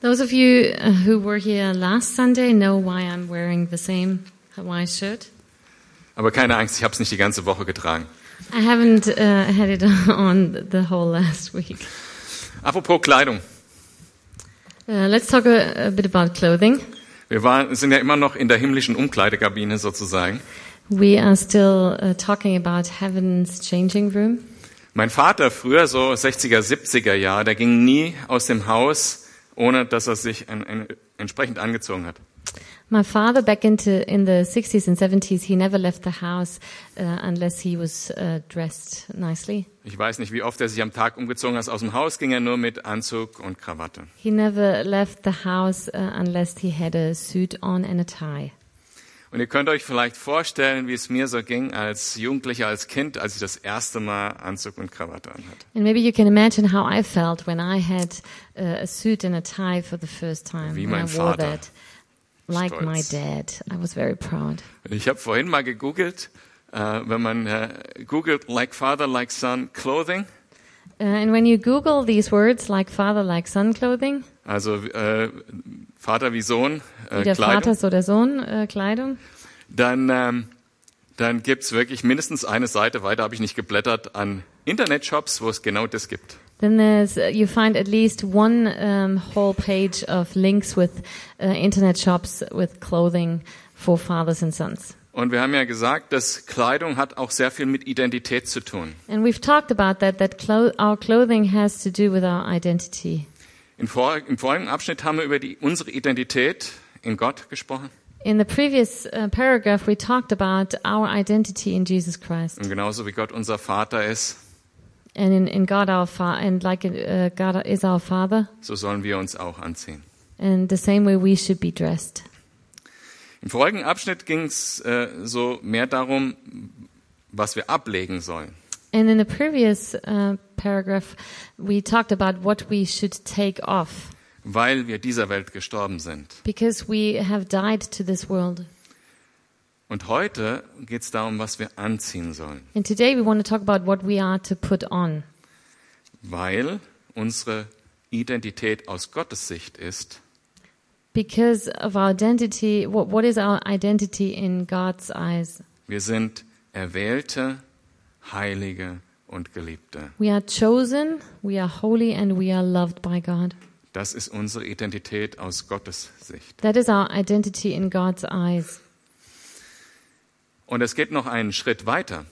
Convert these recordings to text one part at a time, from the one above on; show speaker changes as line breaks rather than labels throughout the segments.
Those of you uh, who were here last Sunday know why I'm wearing the same Hawaii shirt.
Aber keine Angst, ich habe es nicht die ganze Woche getragen.
I haven't uh, had it on the whole last week.
Apropos Kleidung.
Uh, let's talk a, a bit about clothing.
Wir waren, sind ja immer noch in der himmlischen Umkleidekabine sozusagen.
We are still uh, talking about heaven's changing room.
Mein Vater früher, so 60er, 70er Jahre, der ging nie aus dem Haus, ohne dass er sich ein, ein, entsprechend angezogen hat.
My father, back into in the 60s and 70s, he never left the house uh, unless he was uh, dressed nicely.
Ich weiß nicht, wie oft er sich am Tag umgezogen hat. Aus dem Haus ging er nur mit Anzug und Krawatte.
He never left the house uh, unless he had a suit on and a tie.
Und ihr könnt euch vielleicht vorstellen, wie es mir so ging als Jugendlicher, als Kind, als ich das erste Mal Anzug und Krawatte anhatte.
And maybe you can imagine how I felt when I had uh, a suit and a tie for the first time.
Wie
when I
mein
wore
Vater.
that. Like
Stolz.
my dad. I was very proud.
Ich habe vorhin mal gegoogelt, äh, wenn man äh, googelt like father, like son, clothing,
Uh, and when you Google these words, like father, like son clothing,
also äh, Vater wie Sohn,
wie
äh,
der Vater,
Kleidung,
so der Sohn, äh, Kleidung,
dann, ähm, dann gibt's wirklich mindestens eine Seite, weiter habe ich nicht geblättert, an Internetshops, wo es genau das gibt.
then there's, uh, you find at least one um, whole page of links with uh, internet shops with clothing for fathers and sons.
Und wir haben ja gesagt, dass Kleidung hat auch sehr viel mit Identität zu tun.
And we've talked about that, that clo- our clothing has to do with our identity.
In vor, Im vorigen Abschnitt haben wir über die, unsere Identität in Gott gesprochen.
In the previous uh, paragraph, we talked about our identity in Jesus Christ
Und genauso wie Gott unser Vater ist,
and in, in God our Father, and like uh, God is our Father,
so sollen wir uns auch anziehen.
and the same way we should be dressed.
Im vorigen Abschnitt ging es äh, so mehr darum, was wir ablegen sollen.
And in the previous uh, paragraph, we talked about what we should take off
weil wir dieser Welt gestorben sind.
because we have died to this world.
Und heute geht es darum, was wir anziehen sollen,
And today we want to talk about what we are to put on
weil unsere Identität aus Gottes Sicht ist,
because of our identity. What, what is our identity in God's eyes?
wir sind Erwählte, Heilige und Geliebte.
We are chosen, we are holy, and we are loved by God.
Das ist unsere Identität aus Gottes Sicht.
That is our identity in God's eyes.
Und es geht noch einen Schritt weiter.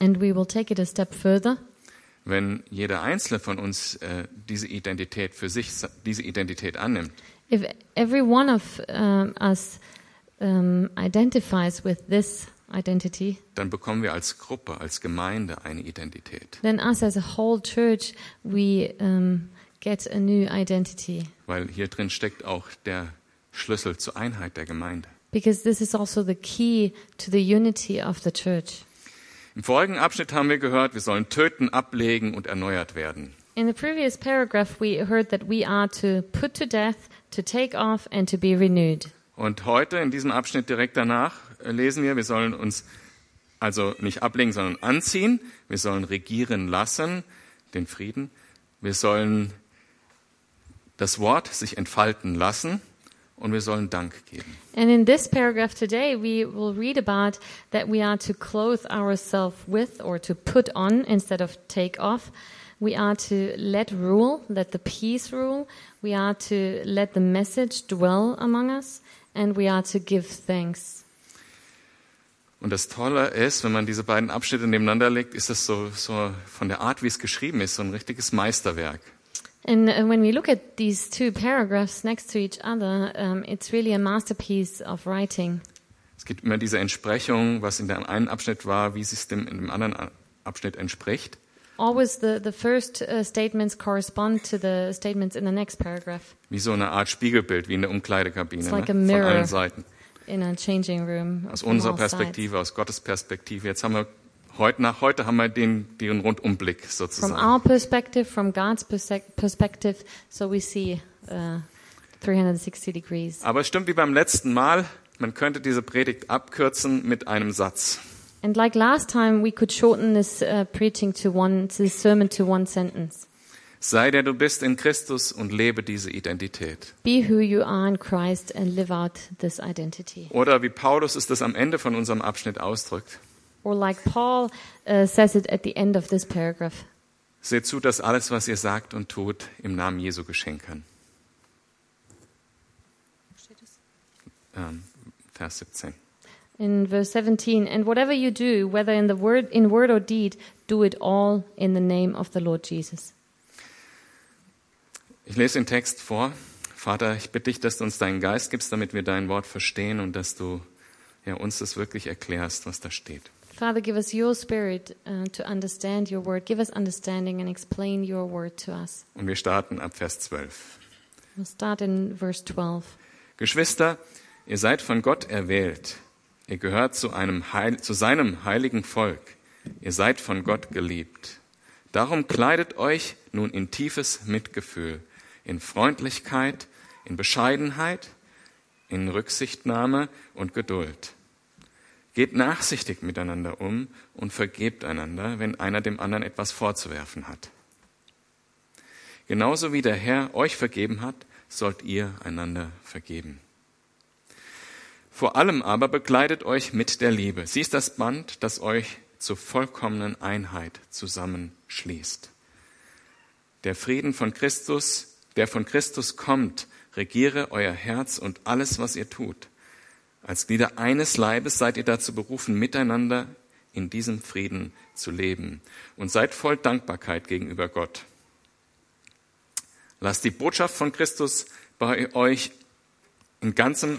And we will take it a step further.
Wenn jeder Einzelne von uns äh, diese Identität für sich, diese Identität annimmt,
If every one of um, us um, identifies with this identity,
dann bekommen wir als Gruppe, als Gemeinde eine Identität,
then us as a whole church, we um, get a new identity
weil hier drin steckt auch der Schlüssel zur Einheit der Gemeinde.
because this is also the key to the unity of the church.
Im folgenden Abschnitt haben wir gehört, wir sollen töten, ablegen und erneuert werden.
In the previous paragraph, we heard that we are to put to death, to take off, and to be renewed.
Und heute in diesem Abschnitt direkt danach äh, lesen wir, wir sollen uns also nicht ablegen, sondern anziehen, wir sollen regieren lassen, den Frieden, wir sollen das Wort sich entfalten lassen und wir sollen Dank geben.
And in this paragraph today, we will read about that we are to clothe ourselves with or to put on instead of take off. We are to let rule, let the peace rule. We are to let the message dwell among us. And we are to give thanks.
Und das Tolle ist, wenn man diese beiden Abschnitte nebeneinander legt, ist das so, so von der Art, wie es geschrieben ist, so ein richtiges Meisterwerk.
And uh, when we look at these two paragraphs next to each other, um, it's really a masterpiece of writing.
Es gibt immer diese Entsprechung, was in dem einen Abschnitt war, wie es dem in dem anderen A- Abschnitt entspricht.
Always the, the first uh, statements correspond to the statements in the next paragraph
Wie so eine Art Spiegelbild, wie in der Umkleidekabine,
It's like a
ne? von
mirror.
allen Seiten.
in a changing room.
Aus
from
unserer
all sides.
Perspektive, aus Gottes Perspektive. Jetzt haben wir heute, nach heute haben wir den, den Rundumblick
from
sozusagen.
our perspective, from God's persec- perspective, so we see uh, 360 degrees.
Aber es stimmt wie beim letzten Mal, man könnte diese Predigt abkürzen mit einem Satz.
And like last time, we could shorten this uh, preaching to one, to this sermon to one sentence.
Sei der du bist in Christus und lebe diese Identität.
Be who you are in Christ and live out this identity.
Oder wie Paulus es das am Ende von unserem Abschnitt ausdrückt.
Or, like Paul uh, says it at the end of this paragraph,
Seht zu, dass alles, was ihr sagt und tut, im Namen Jesu geschehen kann. Ähm, Vers 17.
in verse 17 And whatever you do, whether in, the word, in word or deed, do it all in the name of the Lord Jesus.
Ich lese den Text vor. Vater, ich bitte dich, dass du uns deinen Geist gibst, damit wir dein Wort verstehen und dass du ja, uns das wirklich erklärst, was da steht.
Father, give us your spirit uh, to understand your word. Give us understanding and explain your word to us.
Und wir starten ab Vers 12.
We'll start in verse 12.
Geschwister, ihr seid von Gott erwählt. Ihr gehört zu, einem Heil zu seinem heiligen Volk. Ihr seid von Gott geliebt. Darum kleidet euch nun in tiefes Mitgefühl, in Freundlichkeit, in Bescheidenheit, in Rücksichtnahme und Geduld. Geht nachsichtig miteinander um und vergebt einander, wenn einer dem anderen etwas vorzuwerfen hat. Genauso wie der Herr euch vergeben hat, sollt ihr einander vergeben. Vor allem aber bekleidet euch mit der Liebe. Sie ist das Band, das euch zur vollkommenen Einheit zusammenschließt. Der Frieden von Christus, der von Christus kommt, regiere euer Herz und alles, was ihr tut. Als Glieder eines Leibes seid ihr dazu berufen, miteinander in diesem Frieden zu leben und seid voll Dankbarkeit gegenüber Gott. Lasst die Botschaft von Christus bei euch in ganzem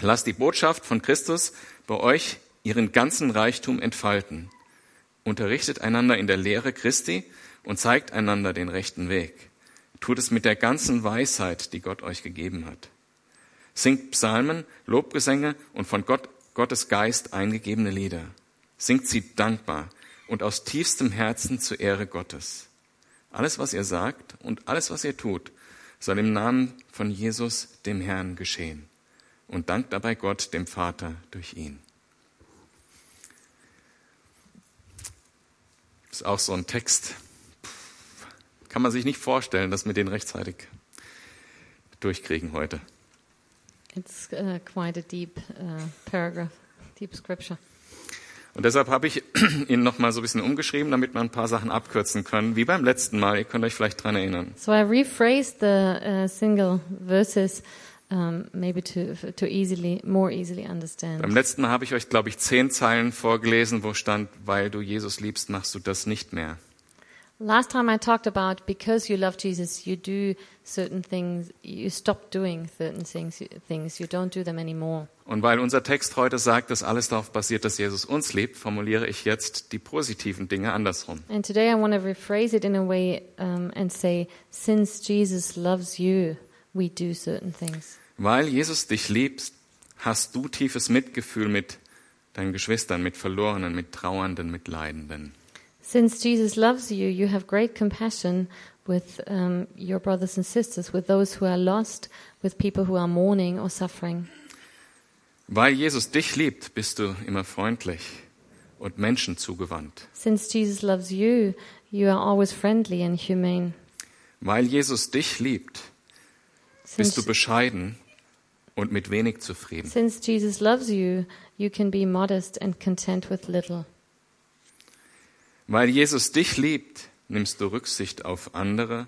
Lasst die Botschaft von Christus bei euch ihren ganzen Reichtum entfalten. Unterrichtet einander in der Lehre Christi und zeigt einander den rechten Weg. Tut es mit der ganzen Weisheit, die Gott euch gegeben hat. Singt Psalmen, Lobgesänge und von Gott, Gottes Geist eingegebene Lieder. Singt sie dankbar und aus tiefstem Herzen zur Ehre Gottes. Alles, was ihr sagt und alles, was ihr tut, soll im Namen von Jesus, dem Herrn, geschehen. Und dankt dabei Gott, dem Vater, durch ihn. Ist auch so ein Text. Kann man sich nicht vorstellen, dass wir den rechtzeitig durchkriegen heute.
It's uh, quite a deep uh, paragraph, deep scripture.
Und deshalb habe ich ihn nochmal so ein bisschen umgeschrieben, damit wir ein paar Sachen abkürzen können, wie beim letzten Mal. Ihr könnt euch vielleicht dran erinnern.
So I rephrased the uh, single verses um, maybe to, to easily, more easily understand.
Beim letzten Mal habe ich euch, glaube ich, zehn Zeilen vorgelesen, wo stand, weil du Jesus liebst, machst du das nicht mehr.
Last time I talked about because you love Jesus, you do certain things, you stop doing certain things, things you don't do them anymore.
Und weil unser Text heute sagt, dass alles darauf basiert, dass Jesus uns liebt, formuliere ich jetzt die positiven Dinge andersrum.
And today I want to rephrase it in a way um, and say, since Jesus loves you, we do certain things.
Weil Jesus dich liebt, hast du tiefes Mitgefühl mit deinen Geschwistern, mit Verlorenen, mit Trauernden, mit Leidenden.
Since Jesus loves you, you have great compassion with um, your brothers and sisters, with those who are lost, with people who are mourning or suffering.
Weil Jesus dich liebt, bist du immer freundlich und Menschen zugewandt.
Since Jesus loves you, you are always friendly and humane.
Weil Jesus dich liebt, bist du
Since,
bescheiden und mit wenig zufrieden.
since Jesus loves you, you can be modest and content with little.
Weil Jesus dich liebt, nimmst du Rücksicht auf andere.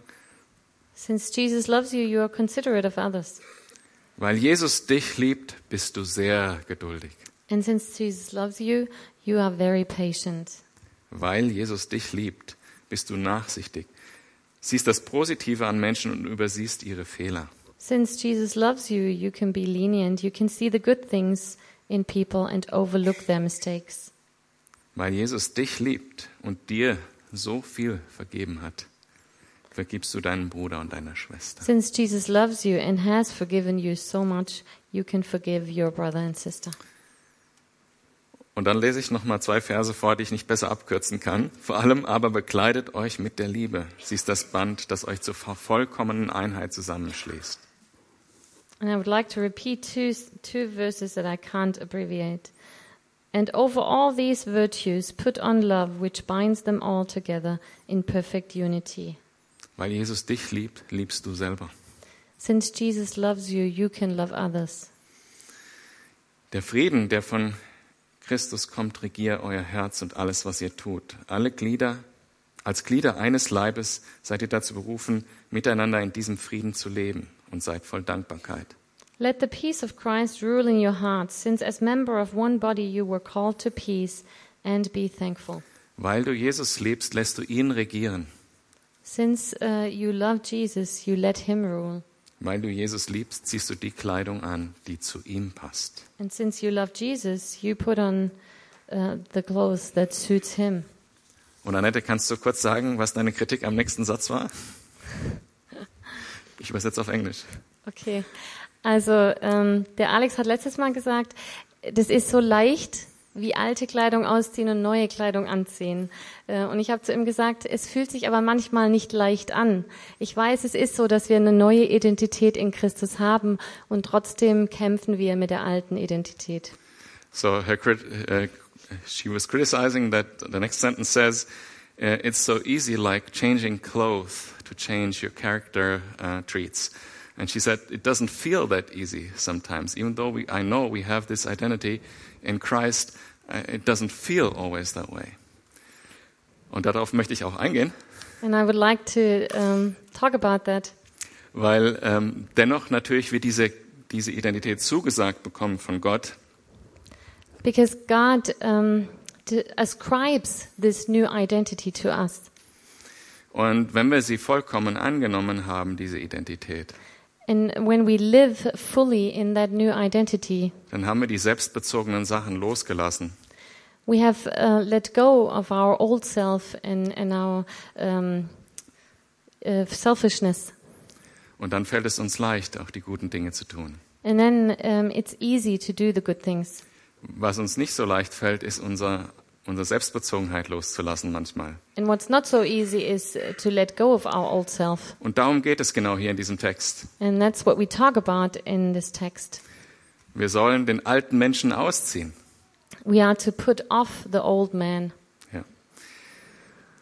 Since Jesus loves you, you are considerate of others.
Weil Jesus dich liebt, bist du sehr geduldig.
And since Jesus loves you, you are very patient.
Weil Jesus dich liebt, bist du nachsichtig. Siehst das Positive an Menschen und übersiehst ihre Fehler.
Since Jesus loves you, you can be lenient. You can see the good things in people and overlook their mistakes.
Weil Jesus dich liebt und dir so viel vergeben hat, vergibst du deinem Bruder und deiner Schwester.
Since Jesus loves you and has forgiven you so much, you can forgive your brother and sister.
Und dann lese ich nochmal zwei Verse vor, die ich nicht besser abkürzen kann. Vor allem aber bekleidet euch mit der Liebe. Sie ist das Band, das euch zur vollkommenen Einheit zusammenschließt.
And I would like to repeat two, two verses that I can't abbreviate. And over all these virtues, put on love, which binds them all together in perfect unity.
Weil Jesus dich liebt, liebst du selber.
Since Jesus loves you, you can love others.
Der Frieden, der von Christus kommt, regiert euer Herz und alles, was ihr tut. Alle Glieder, als Glieder eines Leibes seid ihr dazu berufen, miteinander in diesem Frieden zu leben und seid voll Dankbarkeit.
Let the peace of Christ rule in your hearts, since as member of one body you were called to peace, and be thankful.
Weil du Jesus liebst, lässt du ihn regieren.
Since uh, you love Jesus, you let him rule.
Weil du Jesus liebst, ziehst du die Kleidung an, die zu ihm passt.
And since you love Jesus, you put on uh, the clothes that suits him.
Und Annette, kannst du kurz sagen, was deine Kritik am nächsten Satz war? Ich übersetze auf Englisch.
Okay. Also, ähm, der Alex hat letztes Mal gesagt, das ist so leicht wie alte Kleidung ausziehen und neue Kleidung anziehen. Äh, und ich habe zu ihm gesagt, es fühlt sich aber manchmal nicht leicht an. Ich weiß, es ist so, dass wir eine neue Identität in Christus haben und trotzdem kämpfen wir mit der alten Identität.
So her crit- uh, she was criticizing that the next sentence says, uh, "It's so easy, like changing clothes, to change your character uh, traits." And she said, "It doesn't feel that easy sometimes, even though we, I know we have this identity in Christ. Uh, it doesn't feel always that way." Und darauf möchte ich auch eingehen,
And I would like to um, talk about that
weil ähm, dennoch natürlich wir diese diese Identität zugesagt bekommen von Gott,
because God um, d- ascribes this new identity to us.
Und wenn wir sie vollkommen angenommen haben, diese Identität,
And when we live fully in that new identity,
dann haben wir die selbstbezogenen Sachen losgelassen.
we have uh, let go of our old self and, and our um, uh, selfishness.
Und dann fällt es uns leicht, auch die guten Dinge zu tun.
And then um, it's easy to do the good things.
Was uns nicht so leicht fällt, ist unser, unsere Selbstbezogenheit loszulassen manchmal.
And what's not so easy is uh, to let go of our old self.
Und darum geht es genau hier in diesem Text.
And that's what we talk about in this text.
Wir sollen den alten Menschen ausziehen.
We are to put off the old man.
Ja.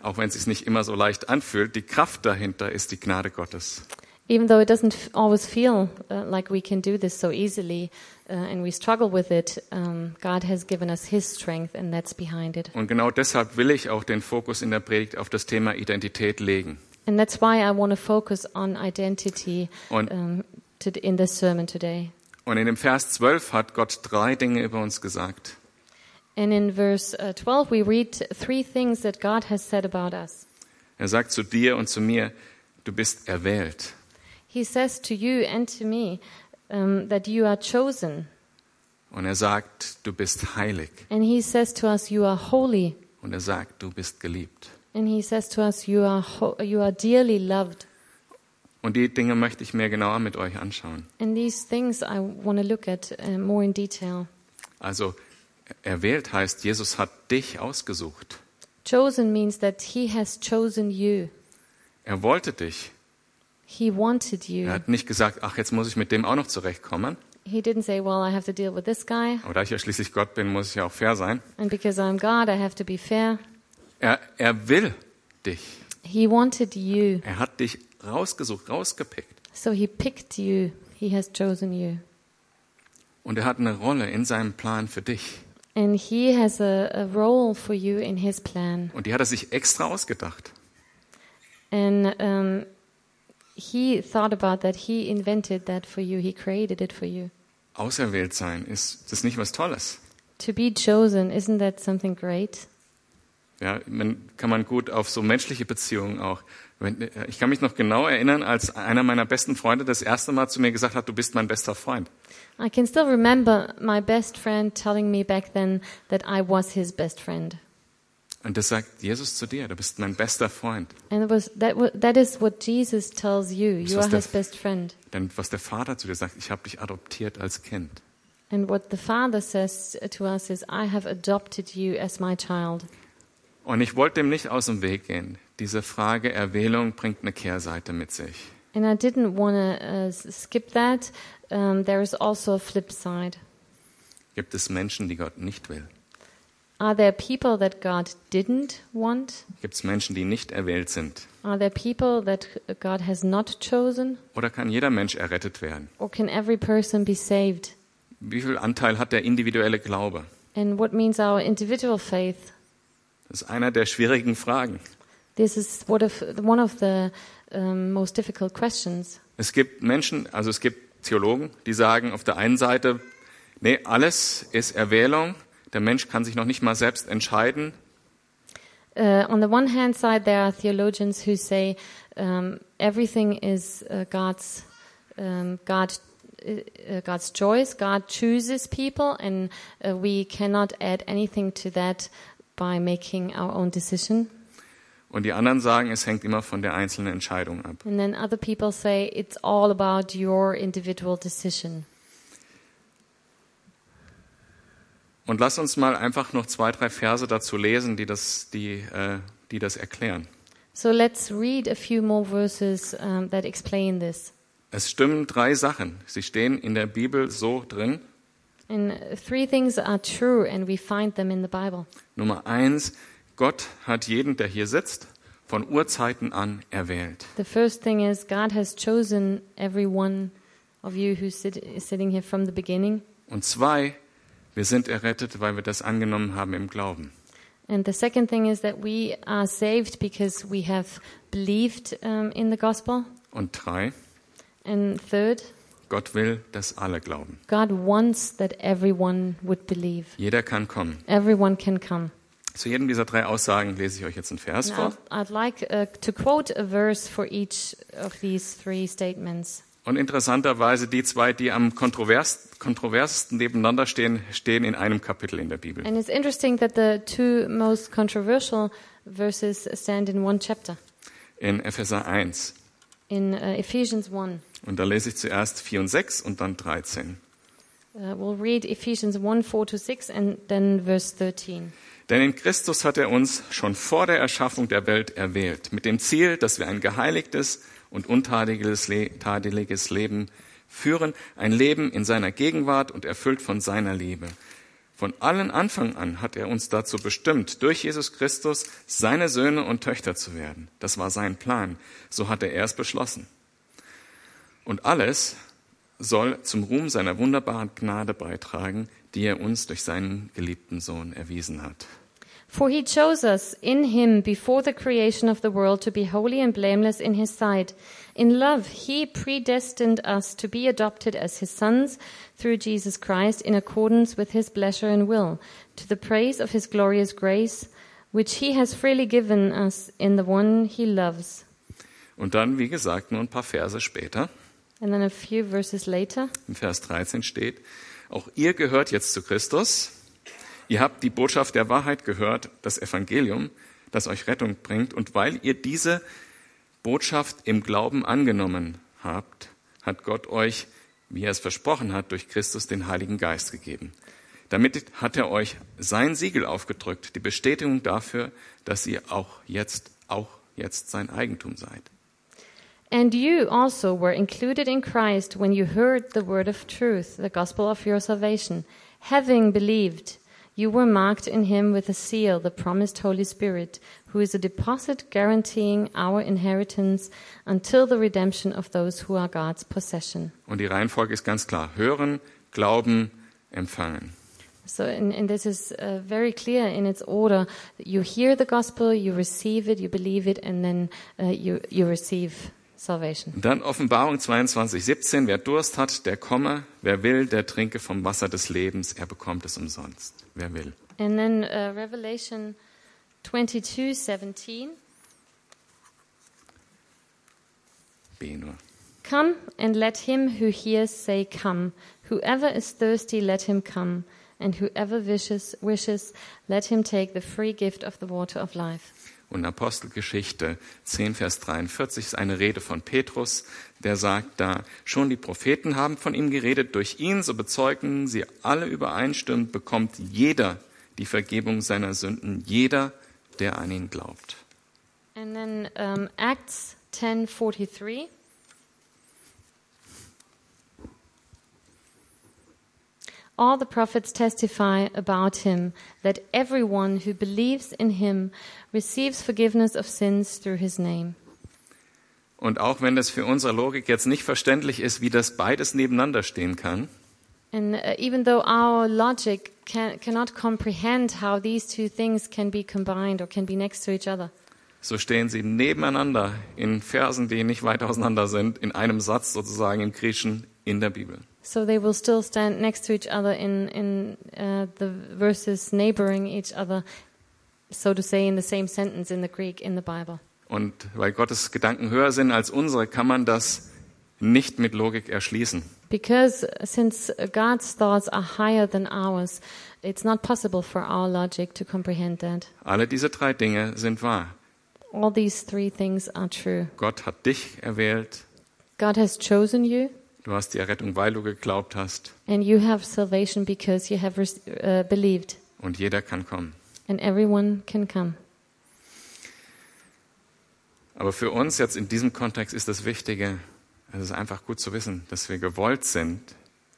Auch wenn es sich nicht immer so leicht anfühlt, die Kraft dahinter ist die Gnade Gottes.
Even though it doesn't f- always feel uh, like we can do this so easily uh, and we struggle with it, um, God has given us His strength and that's behind it.
Und genau deshalb will ich auch den Fokus in der Predigt auf das Thema Identität legen.
And that's why I want to focus on identity
Und-
um, to, in this sermon today.
Und in dem Vers 12 hat Gott drei Dinge über uns gesagt.
And in verse uh, 12, we read three things that God has said about us.
Er sagt zu dir und zu mir, du bist erwählt.
He says to you and to me um, that you are chosen.
Und er sagt, du bist heilig.
And He says to us, you are holy.
Und er sagt, du bist geliebt.
And He says to us, you are, ho- you are dearly loved.
Und die Dinge möchte ich mir genauer mit euch anschauen.
And these things I want to look at uh, more in detail.
Also erwählt heißt, Jesus hat dich ausgesucht.
Chosen means that He has chosen you.
Er wollte dich.
He wanted you.
Er hat nicht gesagt, ach, jetzt muss ich mit dem auch noch zurechtkommen.
He didn't say, Well, I have to deal with this guy,
Aber da ich ja schließlich Gott bin, muss ich ja auch fair sein.
and because I'm God, I have to be fair.
Er, er will dich.
He wanted you,
Er hat dich rausgesucht, rausgepickt.
so He picked you. He has chosen you.
Und er hat eine Rolle in seinem Plan für dich.
And He has a, a role for you in His plan.
Und die hat er sich extra ausgedacht.
And um, He thought about that. He invented that for you, He created it for you.
Auserwählt sein, ist das nicht was Tolles?
To be chosen, isn't that something great?
Ja, man, kann man gut auf so menschliche Beziehungen auch. Wenn, ich kann mich noch genau erinnern, als einer meiner besten Freunde das erste Mal zu mir gesagt hat, du bist mein bester Freund.
I can still remember my best friend telling me back then that I was his best friend.
Und das sagt Jesus zu dir, du bist mein bester Freund.
And it was that wa- that is what Jesus tells you. You
was
are
der-
his best friend.
Denn was der Vater zu dir sagt, ich habe dich adoptiert als Kind.
And what the Father says to us is, I have adopted you as my child.
Und ich wollte dem nicht aus dem Weg gehen. Diese Frage Erwählung bringt eine Kehrseite mit sich.
And I didn't want to uh, s- skip that. Um, there is also a flip side.
Gibt es Menschen, die Gott nicht will?
Are there people that God didn't want?
Gibt es Menschen, die nicht erwählt sind?
Are there people that God has not chosen?
Oder kann jeder Mensch errettet werden?
Or can every person be saved?
Wie viel Anteil hat der individuelle Glaube?
And what means our individual faith?
Das ist einer der schwierigen Fragen.
This is what of, one of the um, most difficult questions.
Es gibt Menschen, also es gibt Theologen, die sagen auf der einen Seite, nee, alles ist Erwählung, der Mensch kann sich noch nicht mal selbst entscheiden,
Uh, on the one hand side, there are theologians who say um, everything is uh, God's um, God. Uh, God's choice. God chooses people, and uh, we cannot add anything to that by making our own decision.
und die anderen sagen, es hängt immer von der einzelnen Entscheidung ab.
And then other people say it's all about your individual decision.
Und lass uns mal einfach noch zwei, drei Verse dazu lesen, die das, die, äh, die das erklären.
So let's read a few more verses um, that explain this.
Es stimmen drei Sachen. Sie stehen in der Bibel so drin.
And uh, three things are true, and we find them in the Bible.
Nummer eins, Gott hat jeden, der hier sitzt, von Urzeiten an erwählt.
The first thing is God has chosen every one of you who sit, is sitting here from the beginning.
Und zwei, wir sind errettet, weil wir das angenommen haben im Glauben.
And the second thing is that we are saved because we have believed um, in the gospel.
Und drei,
And third,
Gott will, dass alle glauben.
God wants that everyone would believe.
Jeder kann kommen.
Everyone can come.
Zu jedem dieser drei Aussagen lese ich euch jetzt einen Vers
Now,
vor.
I'd like uh, to quote a verse for each of these three statements.
Und interessanterweise die zwei, die am kontrovers, kontroversesten nebeneinander stehen, stehen in einem Kapitel in der Bibel.
And it's interesting that the two most controversial verses stand in one chapter,
In Epheser 1.
in uh, Ephesians 1.
Und da lese ich zuerst 4 und 6 und dann 13.
Uh, we'll read Ephesians 1 4 to 6 and then verse 13.
Denn in Christus hat er uns schon vor der Erschaffung der Welt erwählt, mit dem Ziel, dass wir ein geheiligtes und untadeliges Le tadeliges Leben führen, ein Leben in seiner Gegenwart und erfüllt von seiner Liebe. Von allen Anfang an hat er uns dazu bestimmt, durch Jesus Christus seine Söhne und Töchter zu werden. Das war sein Plan. So hat er es beschlossen. Und alles soll zum Ruhm seiner wunderbaren Gnade beitragen, die er uns durch seinen geliebten Sohn erwiesen hat.
For he chose us in him before the creation of the world to be holy and blameless in his sight. In love, he predestined us to be adopted as his sons through Jesus Christ in accordance with his pleasure and will, to the praise of his glorious grace, which he has freely given us in the one he loves.
Und dann, wie gesagt, nur ein paar Verse später,
And then a few verses later.
im Vers 13 steht, auch ihr gehört jetzt zu Christus. Ihr habt die Botschaft der Wahrheit gehört, das Evangelium, das euch Rettung bringt. Und weil ihr diese Botschaft im Glauben angenommen habt, hat Gott euch, wie er es versprochen hat, durch Christus den Heiligen Geist gegeben. Damit hat er euch sein Siegel aufgedrückt, die Bestätigung dafür, dass ihr auch jetzt, auch jetzt sein Eigentum seid.
And you also were included in Christ when you heard the word of truth, the gospel of your salvation. Having believed, you were marked in him with a seal, the promised Holy Spirit, who is a deposit guaranteeing our inheritance until the redemption of those who are God's possession.
Und die Reihenfolge ist ganz klar. Hören, glauben, empfangen.
So, and, and this is uh, very clear in its order. You hear the gospel, you receive it, you believe it, and then uh, you, you receive salvation.
Und dann Offenbarung 22, 17. Wer Durst hat, der komme. Wer will, der trinke vom Wasser des Lebens. Er bekommt es umsonst. Wer will.
And then uh, Revelation 22:17,
B nur.
"Come and let him who hears say, Come. Whoever is thirsty, let him come, and whoever wishes, wishes, let him take the free gift of the water of life."
Und Apostelgeschichte 10, Vers 43 ist eine Rede von Petrus, der sagt da, schon die Propheten haben von ihm geredet, durch ihn, so bezeugen sie alle übereinstimmend, bekommt jeder die Vergebung seiner Sünden, jeder, der an ihn glaubt.
And then um, Acts 10:43. all the prophets testify about him that everyone who believes in him receives forgiveness of sins through his name.
Und auch wenn das für unsere Logik jetzt nicht verständlich ist, wie das beides nebeneinander stehen kann,
And uh, even though our logic can, cannot comprehend how these two things can be combined or can be next to each other,
so stehen sie nebeneinander in Versen, die nicht weit auseinander sind, in einem Satz sozusagen im Griechischen in der Bibel.
so they will still stand next to each other in, in uh, the verses neighboring each other, so to say, in the same sentence in the Greek in the Bible.
Und weil Gottes Gedanken höher sind als unsere, kann man das nicht mit Logik erschließen.
Because uh, since God's thoughts are higher than ours, it's not possible for our logic to comprehend that.
Alle diese drei Dinge sind wahr.
All these three things are true.
Gott hat dich erwählt,
God has chosen you,
du hast die Errettung, weil du geglaubt hast,
and you have salvation because you have rec- uh, believed.
und jeder kann kommen.
and everyone can come.
Aber für uns jetzt in diesem Kontext ist das Wichtige, es ist einfach gut zu wissen, dass wir gewollt sind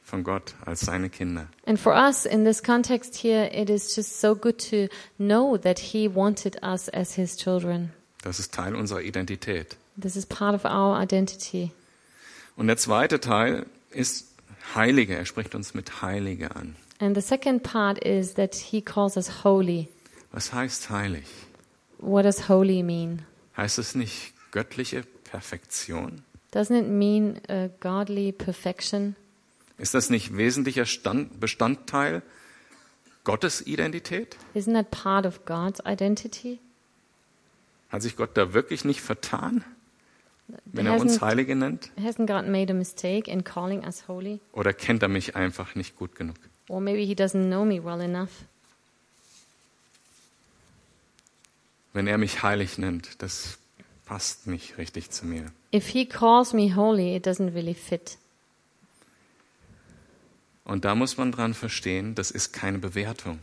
von Gott als seine Kinder.
And for us in this context here, it is just so good to know that He wanted us as His children.
Das ist Teil unserer Identität.
This is part of our identity.
Und der zweite Teil ist Heilige. Er spricht uns mit Heilige an.
And the second part is that He calls us holy.
Was heißt heilig?
What does holy mean?
Heißt es nicht göttliche Perfektion?
Doesn't it mean uh, godly perfection?
Ist das nicht wesentlicher Stand, Bestandteil Gottes Identität?
Isn't that part of God's identity?
Hat sich Gott da wirklich nicht vertan, wenn er uns
Hasn't,
Heilige nennt?
hasn't God made a mistake in calling us holy?
Oder kennt er mich einfach nicht gut genug?
Or maybe He doesn't know me well enough.
Wenn er mich heilig nennt, das passt nicht richtig zu mir.
If He calls me holy, it doesn't really fit.
Und da muss man dran verstehen, das ist keine Bewertung.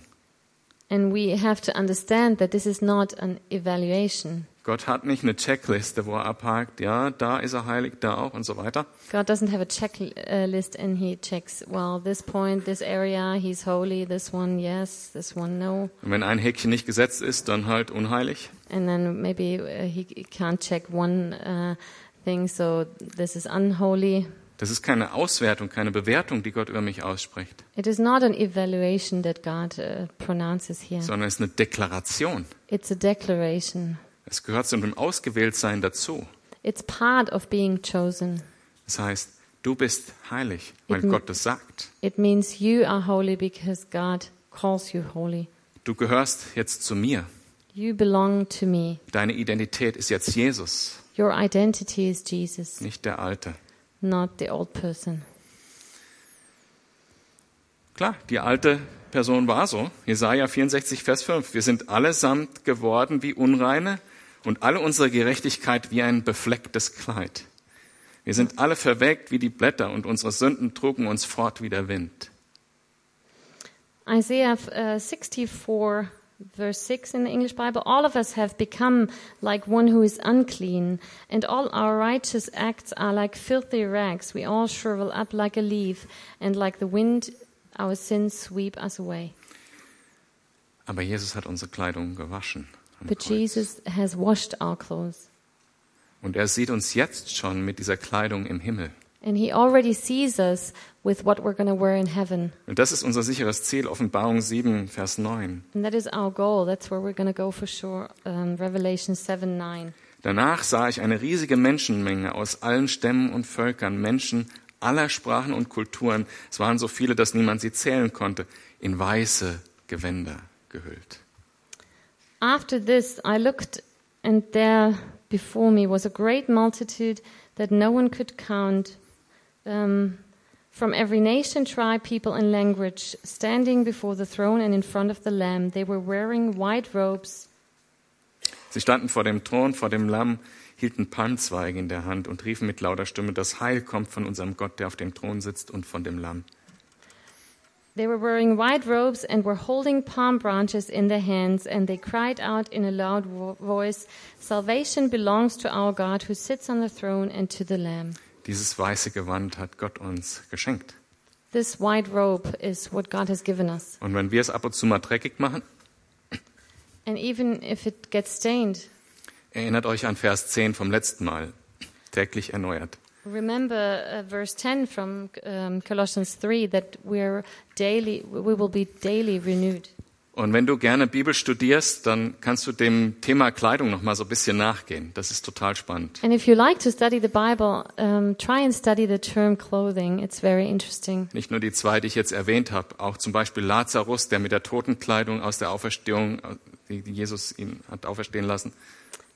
And we have to understand that this is not an evaluation.
Gott hat nicht eine Checkliste, wo er abhakt, ja, da ist er heilig, da auch und so weiter,
God doesn't have a checklist and he checks, well, this point, this area, he's holy, this one, yes, this one, no.
Und wenn ein Häkchen nicht gesetzt ist, dann halt unheilig.
And then maybe uh, he can't check one uh, thing, so this is unholy.
Das ist keine Auswertung, keine Bewertung, die Gott über mich ausspricht,
It is not an evaluation that God uh, pronounces here,
sondern es ist eine Deklaration.
it's a declaration.
Es gehört zu dem Ausgewähltsein dazu.
It's part of being chosen.
Das heißt, du bist heilig, weil
Eben.
Gott das sagt.
It means you are holy because God calls you holy.
Du gehörst jetzt zu mir.
You belong to me.
Deine Identität ist jetzt Jesus,
Your identity is Jesus,
nicht der Alte.
not the old person.
Klar, die alte Person war so. Jesaja 64, Vers 5. Wir sind allesamt geworden wie Unreine und alle unsere Gerechtigkeit wie ein beflecktes Kleid. Wir sind alle verwelkt wie die Blätter und unsere Sünden trugen uns fort wie der Wind.
Isaiah uh, 64, verse 6 in the English Bible All of us have become like one who is unclean, and all our righteous acts are like filthy rags. We all shrivel up like a leaf, and like the wind, our sins sweep us away.
Aber Jesus hat unsere Kleidung gewaschen. am
But
Kreuz.
Jesus has washed our clothes,
Und er sieht uns jetzt schon mit dieser Kleidung im Himmel.
and He already sees us with what we're going to wear in heaven.
Und das ist unser sicheres Ziel, Offenbarung 7, Vers 9.
And that is our goal. That's where we're going to go for sure. Um, Revelation 7 9.
Danach sah ich eine riesige Menschenmenge aus allen Stämmen und Völkern, Menschen aller Sprachen und Kulturen. Es waren so viele, dass niemand sie zählen konnte, in weiße Gewänder gehüllt.
After this, I looked, and there before me was a great multitude that no one could count, um, from every nation, tribe, people, and language, standing before the throne and in front of the Lamb. They were wearing white robes.
Sie standen vor dem Thron, vor dem Lamm, hielten Palmzweige in der Hand und riefen mit lauter Stimme, das Heil kommt von unserem Gott, der auf dem Thron sitzt und von dem Lamm.
They were wearing white robes and were holding palm branches in their hands, and they cried out in a loud vo- voice, Salvation belongs to our God who sits on the throne and to the Lamb.
Dieses weiße Gewand hat Gott uns geschenkt.
This white robe is what God has given us.
Und wenn wir es ab und zu mal dreckig machen,
And even if it gets stained,
erinnert euch an Vers 10 vom letzten Mal, täglich erneuert.
remember uh, verse 10 from um, Colossians 3 that we're daily, we will be daily renewed.
Und wenn du gerne Bibel studierst, dann kannst du dem Thema Kleidung noch mal so ein bisschen nachgehen. Das ist total spannend.
And if you like to study the Bible, um, try and study the term clothing. It's very interesting.
Nicht nur die zwei, die ich jetzt erwähnt habe, auch zum Beispiel Lazarus, der mit der Totenkleidung aus der Auferstehung, die Jesus ihn hat auferstehen lassen,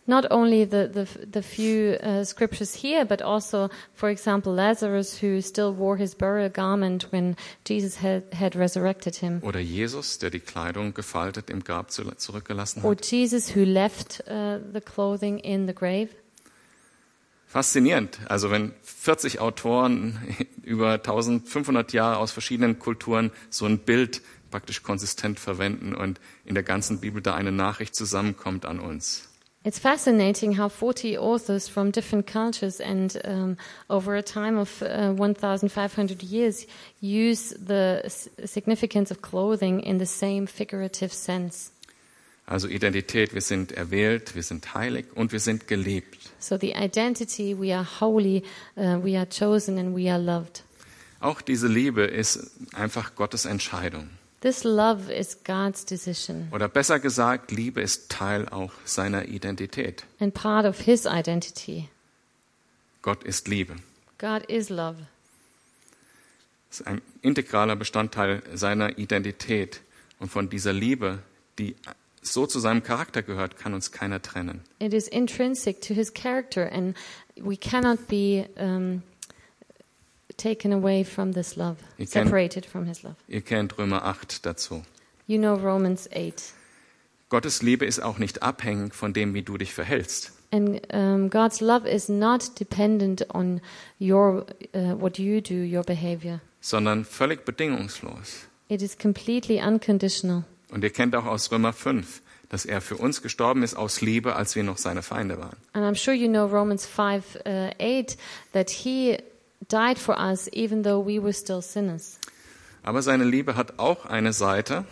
Not only the, the, the few uh, scriptures here, but also, for example, Lazarus, who still wore his burial garment when Jesus had, had resurrected him.
oder Jesus, der die Kleidung gefaltet im Grab zu- zurückgelassen
Or
hat.
Jesus, who left uh, the clothing in the grave.
Faszinierend. Also wenn 40 Autoren über 1500 Jahre aus verschiedenen Kulturen so ein Bild praktisch konsistent verwenden und in der ganzen Bibel da eine Nachricht zusammenkommt an uns.
It's fascinating how 40 authors from different cultures and um, over a time of uh, 1,500 years use the s- significance of clothing in the same figurative sense.
Also Identität, wir sind erwählt, wir sind heilig und wir sind geliebt.
So the identity, we are holy, uh, we are chosen, and we are loved.
Auch diese Liebe ist einfach Gottes Entscheidung.
This love is God's decision
Oder besser gesagt, Liebe ist Teil auch seiner Identität.
and part of His identity.
Gott ist Liebe.
God is love.
Das ist ein integraler Bestandteil seiner Identität. Und von dieser Liebe, die so zu seinem Charakter gehört, kann uns keiner trennen.
It is intrinsic to His character, and we cannot be um, taken away from this love,
You can-
separated from His love.
Ihr kennt Römer 8 dazu.
You know Romans 8.
Gottes Liebe ist auch nicht abhängig von dem, wie du dich verhältst.
And um, God's love is not dependent on your uh, what you do, your behavior.
sondern völlig bedingungslos.
It is completely unconditional.
Und ihr kennt auch aus Römer 5, dass er für uns gestorben ist aus Liebe, als wir noch seine Feinde waren.
And I'm sure you know Romans 5 uh, 8 that he died for us even though we were still sinners.
Aber seine Liebe hat auch eine Seite,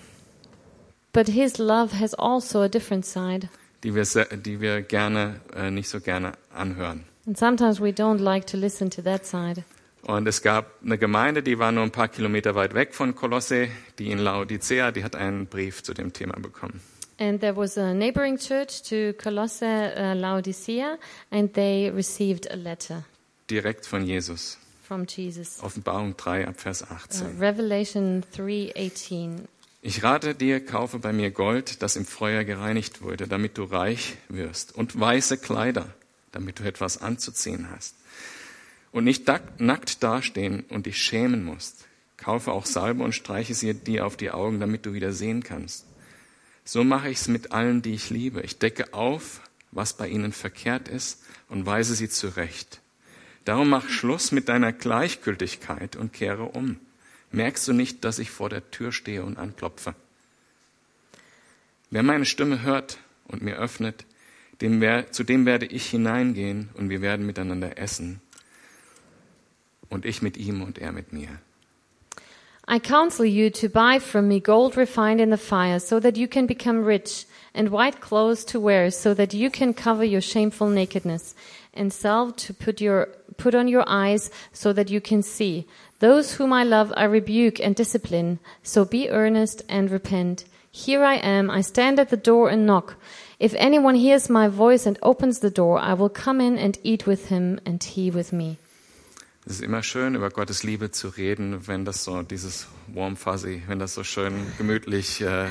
But his love has also a different side.
die wir, se- die wir gerne, äh, nicht so gerne anhören.
And sometimes we don't like to listen to that side.
Und es gab eine Gemeinde, die war nur ein paar Kilometer weit weg von Kolosse, die in Laodicea, die hat einen Brief zu dem Thema bekommen.
And there was a neighboring church to Colosse uh, Laodicea, and they received a letter
Direkt von Jesus.
from Jesus.
Offenbarung 3 ab Vers
Uh,
18.
Revelation 3:18.
Ich rate dir, kaufe bei mir Gold, das im Feuer gereinigt wurde, damit du reich wirst, und weiße Kleider, damit du etwas anzuziehen hast, und nicht dack- nackt dastehen und dich schämen musst. Kaufe auch Salbe und streiche sie dir auf die Augen, damit du wieder sehen kannst. So mache ich es mit allen, die ich liebe. Ich decke auf, was bei ihnen verkehrt ist, und weise sie zurecht. Darum mach Schluss mit deiner Gleichgültigkeit und kehre um. Merkst du nicht, dass ich vor der Tür stehe und anklopfe? Wer meine Stimme hört und mir öffnet, dem wer, zu dem werde ich hineingehen und wir werden miteinander essen. Und ich mit ihm und er mit mir.
I counsel you to buy from me gold refined in the fire, so that you can become rich, and white clothes to wear, so that you can cover your shameful nakedness, and salve to put your put on your eyes, so that you can see. Those whom I love I rebuke and discipline, so be earnest and repent. Here I am, I stand at the door and knock. If anyone hears my voice and opens the door, I will come in and eat with him, and he with me.
Es ist immer schön, über Gottes Liebe zu reden, wenn das so dieses warm fuzzy, wenn das so schön gemütlich äh,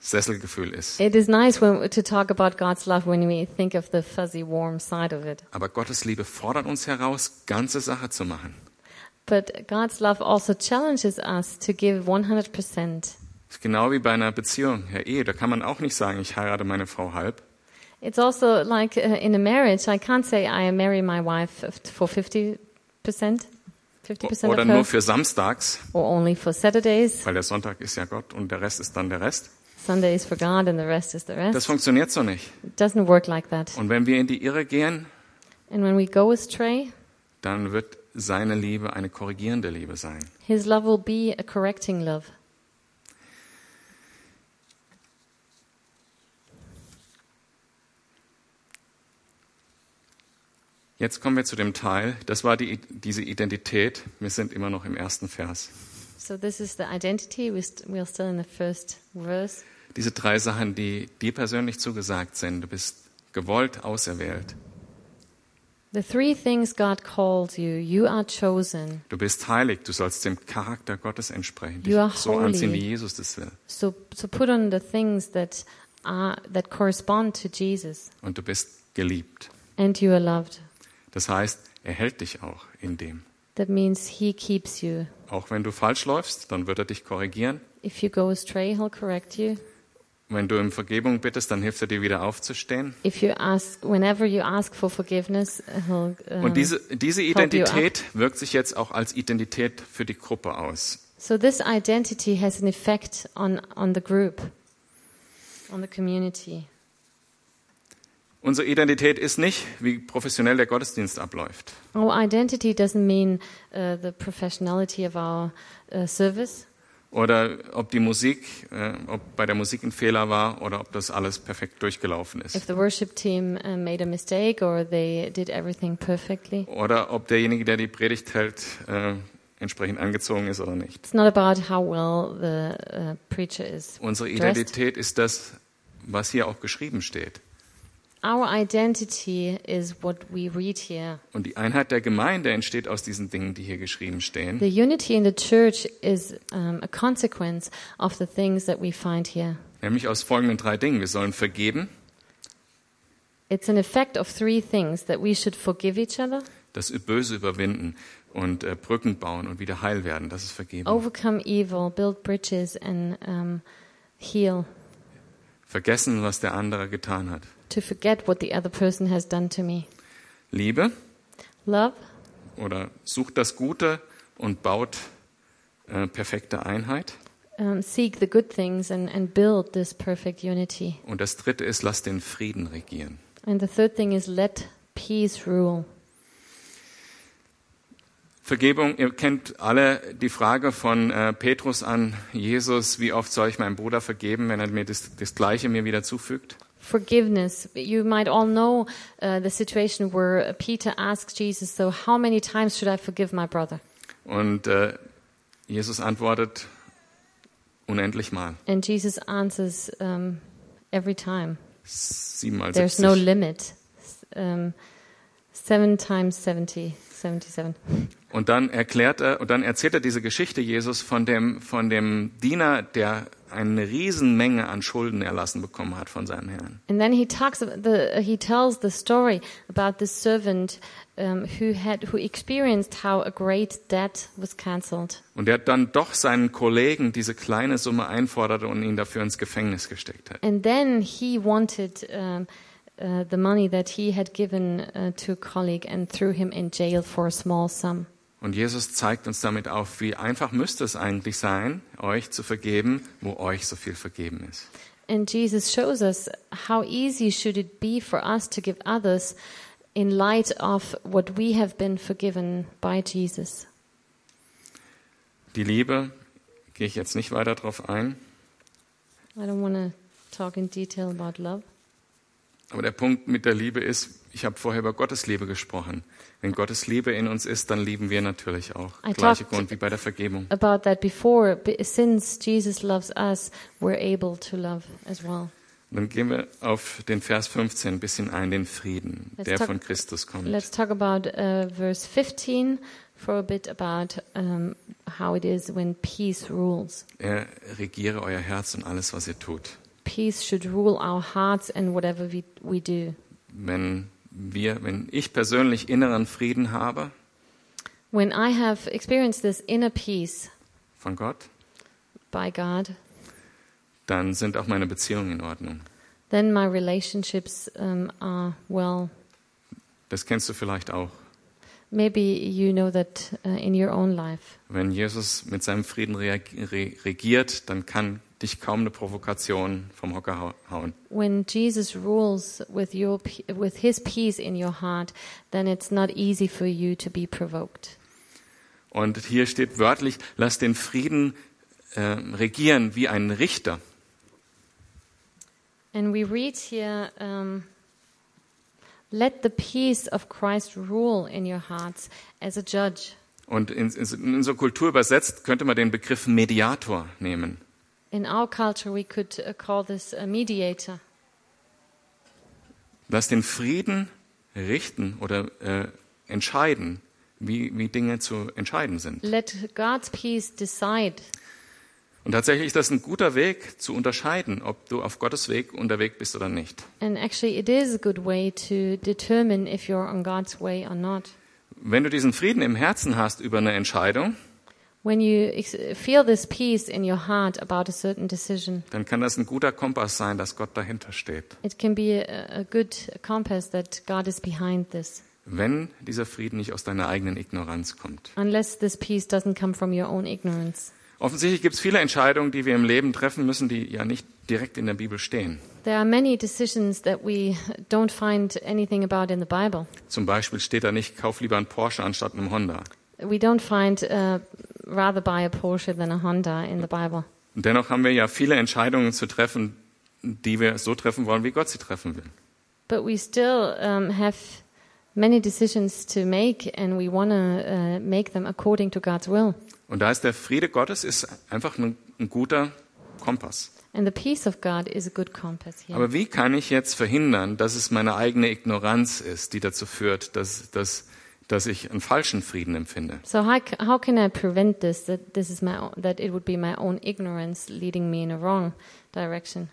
Sesselgefühl ist.
It is nice when, to talk about God's love when we think of the fuzzy, warm side of it.
Aber Gottes Liebe fordert uns heraus, ganze Sache zu machen.
But God's love also challenges us to give 100%.
Ist genau wie bei einer Beziehung, ja eh, da kann man auch nicht sagen, ich heirate meine Frau halb.
It's also like uh, in a marriage, I can't say I marry my wife f- for 50%, 50%
Oder
of
nur
her,
für samstags,
or only for Saturdays,
weil der Sonntag ist ja Gott und der Rest ist dann der Rest.
Sunday is for God, and the rest is the
Das
rest.
funktioniert so nicht.
It doesn't work like that.
Und wenn wir in die Irre gehen,
And when we go astray,
dann wird seine Liebe eine korrigierende Liebe sein.
His love will be a correcting love.
Jetzt kommen wir zu dem Teil, das war die, diese Identität. Wir sind immer noch im ersten Vers.
So this is the identity. We st we are still in the first verse.
Diese drei Sachen, die dir persönlich zugesagt sind. Du bist gewollt, auserwählt.
The three things God called you. You are chosen.
Du bist heilig. Du sollst dem Charakter Gottes entsprechen.
You are
Dich so anziehen,
holy.
wie Jesus das will.
So so put on the things that are that correspond to Jesus,
Und du bist geliebt.
and you are loved.
Das heißt, er hält dich auch in dem.
That means He keeps you.
Auch wenn du falsch läufst, dann wird er dich korrigieren.
If you go astray, He'll correct you.
Wenn du um Vergebung bittest, dann hilft er dir wieder aufzustehen.
If you ask, whenever you ask for forgiveness, He'll. um,
Und diese, diese
help you up.
Identität wirkt sich jetzt auch als Identität für die Gruppe aus.
So this identity has an effect on, on the group, on the community.
Unsere Identität ist nicht, wie professionell der Gottesdienst abläuft.
Our identity doesn't mean uh, the professionality of our uh, service
Oder ob die Musik, äh, ob bei der Musik ein Fehler war oder ob das alles perfekt durchgelaufen
if
ist.
the worship team uh, made a mistake or they did everything perfectly.
Oder ob derjenige, der die Predigt hält, äh, entsprechend angezogen ist oder nicht.
It's not about how well the uh, preacher is.
Unsere
dressed.
Identität ist das, was hier auch geschrieben steht.
Our identity is what we read here.
Und die Einheit der Gemeinde entsteht aus diesen Dingen, die hier geschrieben stehen.
The unity in the church is um, a consequence of the things that we find here.
Nämlich aus folgenden drei Dingen. Wir sollen vergeben,
It's an effect of three things that we should forgive each other,
das Böse überwinden und äh, Brücken bauen und wieder heil werden. Das ist Vergeben.
overcome evil, build bridges, and um, heal.
Vergessen, was der andere getan hat.
To forget what the other person has done to me.
Liebe
Love,
oder sucht das Gute und baut äh, perfekte Einheit.
um, seek the good things and, and build this perfect unity.
Und das dritte ist, lass den Frieden regieren.
And the third thing is let peace rule.
Vergebung, ihr kennt alle die Frage von äh, Petrus an Jesus, wie oft soll ich meinem Bruder vergeben, wenn er mir das, das Gleiche mir wieder zufügt?
Forgiveness. You might all know uh, the situation where Peter asked Jesus, So, how many times should I forgive my brother?
Und äh, Jesus antwortet, unendlich mal,
And Jesus answers um, every time.
siebenmal
There's no
70.
limit. S- Um, seven times 70, 77.
Und dann erklärt er, und dann erzählt er diese Geschichte Jesus von dem, von dem Diener, der eine Riesenmenge an Schulden erlassen bekommen hat von seinem Herrn.
And then he talks. About the, he tells the story about the servant um, who had who experienced how a great debt was cancelled,
Und der dann doch seinen Kollegen diese kleine Summe einforderte und ihn dafür ins Gefängnis gesteckt hat.
and then he wanted um, uh, the money that he had given uh, to a colleague and threw him in jail for a small sum.
Und Jesus zeigt uns damit auf, wie einfach müsste es eigentlich sein, euch zu vergeben, wo euch so viel vergeben ist.
And Jesus shows us how easy should it be for us to give others in light of what we have been forgiven by Jesus.
Die Liebe, gehe ich jetzt nicht weiter drauf ein,
I don't want to talk in detail about love.
aber der Punkt mit der Liebe ist, ich habe vorher über Gottes Liebe gesprochen. Wenn Gottes Liebe in uns ist, dann lieben wir natürlich auch.
I
Gleicher
talked-
Grund wie bei der Vergebung.
About that before, but since Jesus loves us, we're able to love as well.
Dann gehen wir auf den Vers 15 ein bisschen ein, den Frieden,
Let's
der
talk-
von Christus kommt.
Let's talk about uh, verse 15 for a bit about um, how it is when peace rules.
Er regiere euer Herz und alles, was ihr tut.
Peace should rule our hearts and whatever we, we do.
Wenn wir, wenn ich persönlich inneren Frieden habe
When I have experienced this inner peace
von Gott,
by God,
dann sind auch meine Beziehungen in Ordnung.
then my relationships um, are well.
Das kennst du vielleicht auch.
Maybe you know that uh, in your own life.
Wenn Jesus mit seinem Frieden reag- re- regiert, dann kann dich kaum eine Provokation vom Hocker hau- hauen.
When Jesus rules with your pe- with his peace in your heart, then it's not easy for you to be provoked.
Und hier steht wörtlich, lass den Frieden äh, regieren wie einen Richter.
And we read here, um, let the peace of Christ rule in your hearts as a judge.
Und in, in, in unserer Kultur übersetzt könnte man den Begriff Mediator nehmen.
In our culture, we could uh, call this a mediator.
Lass den Frieden richten oder äh, entscheiden, wie, wie Dinge zu entscheiden sind.
Let God's peace decide.
Und tatsächlich ist das ein guter Weg zu unterscheiden, ob du auf Gottes Weg unterwegs bist oder nicht.
And actually, it is a good way to determine if you're on God's way or not.
Wenn du diesen Frieden im Herzen hast über eine Entscheidung,
When you ex- feel this peace in your heart about a certain decision,
dann kann das ein guter Kompass sein, dass Gott dahinter steht.
it can be a, a good compass that God is behind this,
Wenn dieser Frieden nicht aus deiner eigenen Ignoranz kommt.
unless this peace doesn't come from your own ignorance.
Offensichtlich gibt es viele Entscheidungen, die wir im Leben treffen müssen, die ja nicht direkt in der Bibel stehen.
There are many decisions that we don't find anything about in the Bible.
Zum Beispiel steht da nicht, kauf lieber einen Porsche anstatt einem Honda.
We don't find uh, rather buy a Porsche than a Honda in the Bible.
Und dennoch haben wir ja viele Entscheidungen zu treffen, die wir so treffen wollen, wie Gott sie treffen will.
But we still um, have many decisions to make, and we want to uh, make them according to God's will.
Und da ist der Friede Gottes ist einfach ein, ein guter Kompass.
And the peace of God is a good compass here.
Aber wie kann ich jetzt verhindern, dass es meine eigene Ignoranz ist, die dazu führt, dass, dass, dass ich einen falschen Frieden empfinde?
so how, c- how can I prevent this? That this is my own, that it would be my own ignorance leading me in a wrong direction.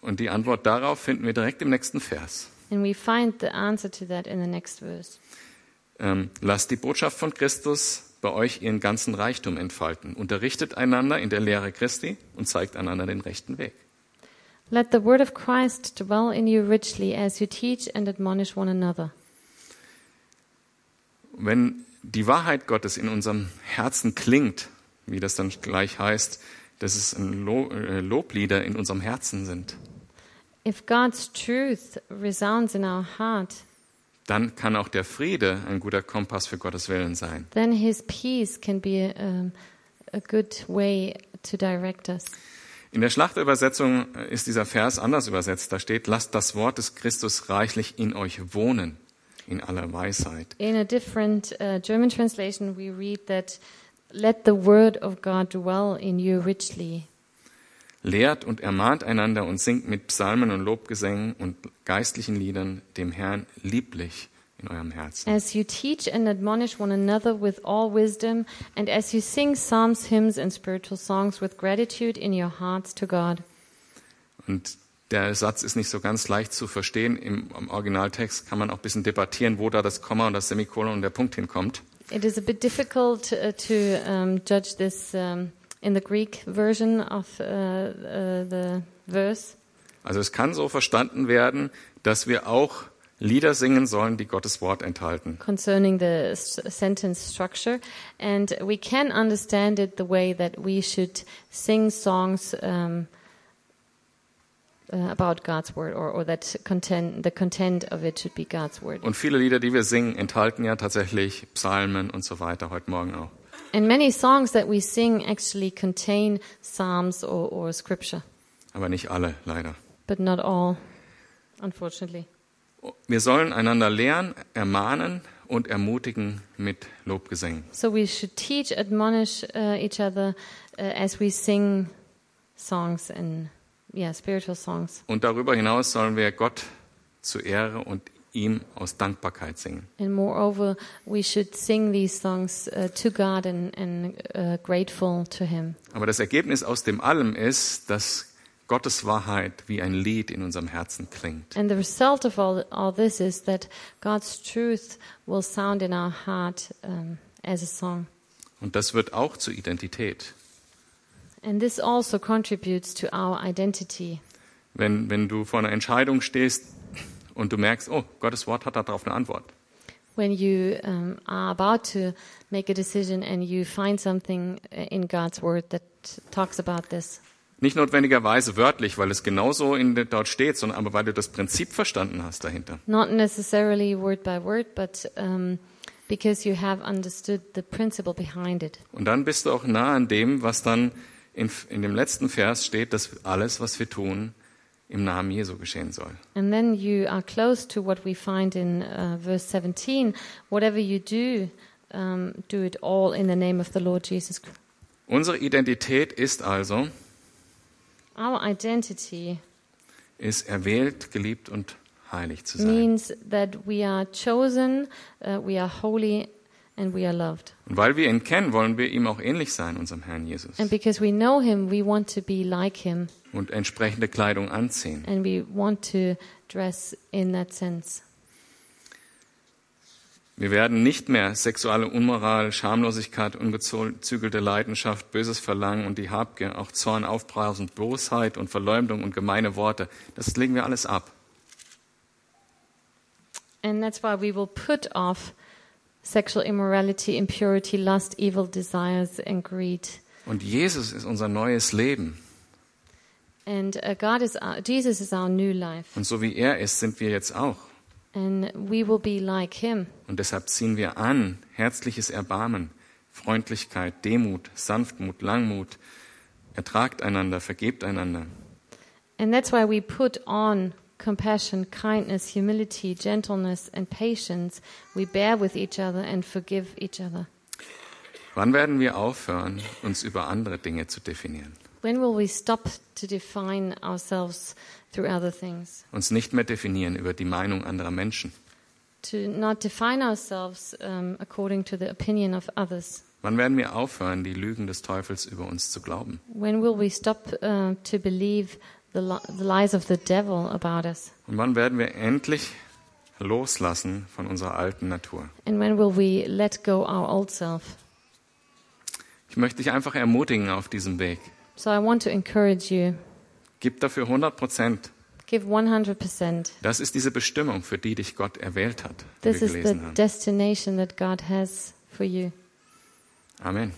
Und die Antwort darauf finden wir direkt im nächsten Vers.
And we find the answer to that in the next verse.
Ähm, lasst die Botschaft von Christus bei euch ihren ganzen Reichtum entfalten. Unterrichtet einander in der Lehre Christi und zeigt einander den rechten Weg.
Let the word of Christ dwell in you richly as you teach and admonish one another.
Wenn die Wahrheit Gottes in unserem Herzen klingt, wie das dann gleich heißt, dass es ein Lo äh, Loblieder in unserem Herzen sind,
If God's truth resounds in our heart,
dann kann auch der Friede ein guter Kompass für Gottes Willen sein.
then His peace can be um, a good way to direct us.
In der Schlachtübersetzung äh, ist dieser Vers anders übersetzt. Da steht, lasst das Wort des Christus reichlich in euch wohnen, in aller Weisheit.
In a different uh, German translation, we read that, let the word of God dwell in you richly.
Lehrt und ermahnt einander und singt mit Psalmen und Lobgesängen und geistlichen Liedern dem Herrn lieblich in eurem Herzen.
As you teach and admonish one another with all wisdom, and as you sing psalms, hymns, and spiritual songs with gratitude in your hearts to God.
Und der Satz ist nicht so ganz leicht zu verstehen. Im, Im Originaltext kann man auch ein bisschen debattieren, wo da das Komma und das Semikolon und der Punkt hinkommt.
It is a bit difficult uh, to um, judge this um, in the Greek version of uh, uh, the verse.
Also es kann so verstanden werden, dass wir auch Lieder singen sollen, die Gottes Wort enthalten.
concerning the s- sentence structure, and we can understand it the way that we should sing songs um, uh, about God's word, or, or that content, the content of it should be God's word.
Und viele Lieder, die wir singen, enthalten ja tatsächlich Psalmen und so weiter, heute Morgen auch.
And many songs that we sing actually contain psalms or, or scripture,
Aber nicht alle, leider.
but not all, unfortunately.
Wir sollen einander lehren, ermahnen und ermutigen mit Lobgesängen.
So we should teach, admonish uh, each other uh, as we sing songs and yeah, spiritual songs.
Und darüber hinaus sollen wir Gott zur Ehre und ihm aus Dankbarkeit singen.
And moreover, we should sing these songs uh, to God and, and uh, grateful to Him.
Aber das Ergebnis aus dem Allem ist, dass Gottes Wahrheit wie ein Lied in unserem Herzen klingt.
And the result of all, all this is that God's truth will sound in our heart um, as a song.
Und das wird auch zur Identität.
And this also contributes to our identity.
Wenn, wenn du vor einer Entscheidung stehst und du merkst, oh, Gottes Wort hat darauf eine Antwort.
When you um, are about to uh, make a decision and you find something in God's Word that talks about this,
Nicht notwendigerweise wörtlich, weil es genauso in, dort steht, sondern aber weil du das Prinzip verstanden hast dahinter.
Not necessarily word by word, but um, because you have understood the principle behind it.
Und dann bist du auch nah an dem, was dann in, in dem letzten Vers steht, dass alles, was wir tun, im Namen Jesu geschehen soll.
And then you are close to what we find in uh, verse 17 whatever you do, um, do it all in the name of the Lord Jesus Christ.
Unsere Identität ist also,
Our identity
ist erwählt, geliebt und heilig zu sein.
means that we are chosen, uh, we are holy, and we are loved.
Und weil wir ihn kennen, wollen wir ihm auch ähnlich sein, unserem Herrn Jesus.
And because we know Him, we want to be like Him,
Und entsprechende Kleidung anziehen.
and we want to dress in that sense.
Wir werden nicht mehr sexuelle Unmoral, Schamlosigkeit, ungezügelte Leidenschaft, böses Verlangen und die Habgier, auch Zorn, Aufbraus und Bosheit und Verleumdung und gemeine Worte. Das legen wir alles ab.
And that's why we will put off sexual immorality, impurity, lust, evil desires, and greed.
Und Jesus ist unser neues Leben.
And uh, God is our, Jesus is our new life,
Und so wie er ist, sind wir jetzt auch.
and we will be like Him.
Und deshalb ziehen wir an herzliches Erbarmen, Freundlichkeit, Demut, Sanftmut, Langmut. Ertragt einander, vergebt einander.
And that's why we put on compassion, kindness, humility, gentleness, and patience. We bear with each other and forgive each other.
Wann werden wir aufhören, uns über andere Dinge zu definieren?
When will we stop to define ourselves through other things?
Uns nicht mehr definieren über die Meinung anderer Menschen?
To not define ourselves um, according to the opinion of others?
Wann werden wir aufhören, die Lügen des Teufels über uns zu glauben?
When will we stop uh, to believe the, li- the lies of the devil about us?
Und wann werden wir endlich loslassen von unserer alten Natur?
And when will we let go our old self?
Ich möchte dich einfach ermutigen auf diesem Weg.
So I want to encourage you
Gib dafür 100 Prozent.
give 100%.
Das ist diese Bestimmung, für die dich Gott erwählt hat, die
This
wir
is the
gelesen haben.
destination that God has for you.
Amen.